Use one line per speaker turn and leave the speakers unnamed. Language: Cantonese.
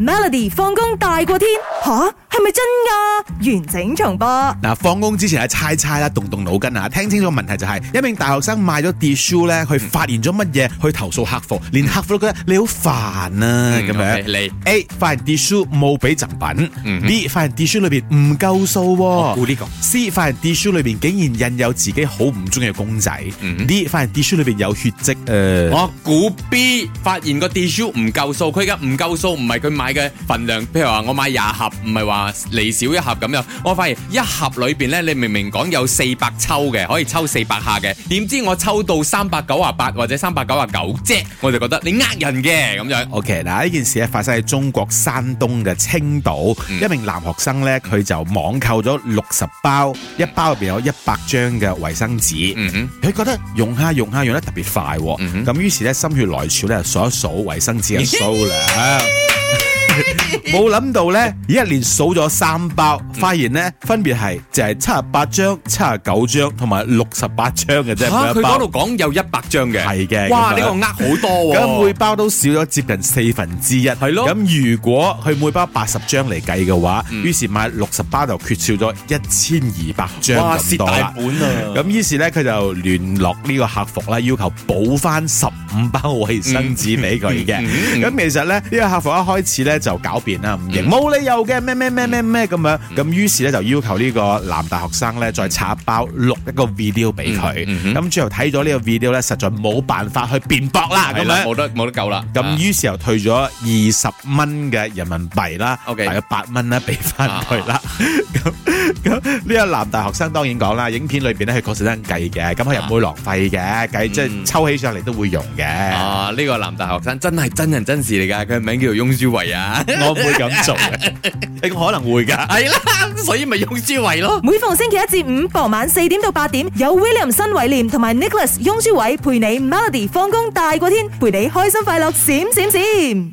Melody 放工大過天吓，係咪真㗎？完整重播。
嗱，放工之前係猜猜啦，動動腦筋啊！聽清楚問題就係、一名大學生買咗 d i s h u 咧，佢發現咗乜嘢去投訴客服，連客服都覺
嗯
得你好煩
Ừ,
啊咁樣。
你
A 發現 d i s h u 冇俾贈品、
嗯哼
b 發現 d i s h u 裏邊唔夠數
估
喎
呢個，
，C 發現 d i s h u 裏邊竟然印有自己好唔中意嘅公仔、
嗯哼
d 發現 d i s h u 裏邊有血跡。呃誒、
我估 B 發現個 tissue 唔夠數，佢而家唔夠數，唔係佢買嘅份量，譬如話我買廿盒，唔係話嚟少一盒咁樣。我發現一盒裏邊咧，你明明講有四百抽嘅，可以抽四百下嘅，點知我抽到三百九啊八或者三百九啊九啫，我就覺得你呃人嘅咁樣。
OK，嗱呢件事咧發生喺中國山東嘅青島，
嗯
一名男學生咧佢就網購咗六十包，一包入邊有一百張嘅衛生紙。
嗯哼，
佢覺得用下用下用得特別快喎，
嗯哼
咁、於是咧心血來潮咧數一數衛生紙嘅數量，冇諗到咧一連數咗三包，
嗯
發現咧分別係就係七十八張、七十九張同埋六十八張嘅啫，
嚇
每
佢
一包
嗰度講有一百張嘅，
係嘅
哇
咁
呢
樣
個呃好多喎。
咁每包都少咗接近四分之一，係
咯嗯
咁如果佢每包八十張嚟計嘅話，於是買六十包就缺少咗一千二百張
哇
咁
蝕
多
大
啦。
本啊！
咁於是咧，佢就聯絡呢個客服啦，要求補翻十五包衛生紙俾佢嘅。
嗯嗯嗯
咁其實咧，呢個客服一開始咧就狡辯啦，唔認冇理由嘅咩咩咩咩咩咁
嗯
樣。咁於是咧就要求呢個男大學生咧再拆包錄一個 video 俾佢。
嗯嗯嗯
咁最後睇咗呢個 video 咧，實在冇辦法去辯駁啦，咁
係啦，
樣
冇。得冇得救啦。
咁於是又退咗二十蚊嘅人民幣啦
OK 啊
大約八蚊啦，俾翻佢啦。 咁咁呢個男大學生當然講啦，影片裏邊咧佢確實真計嘅，咁佢又唔會浪費嘅，計即係
嗯
抽起上嚟都會用嘅。
啊！呢、個男大學生真係真人真事嚟㗎，佢嘅名叫做翁舒維啊，
我唔會咁做 嘅，你可能會㗎。
係啦，所以咪翁舒維咯。
每逢星期一至五傍晚四點到八點，有 William 新偉廉同埋 Nicholas 雍舒偉陪你 Melody 放工大過天，陪你開心快樂閃閃閃。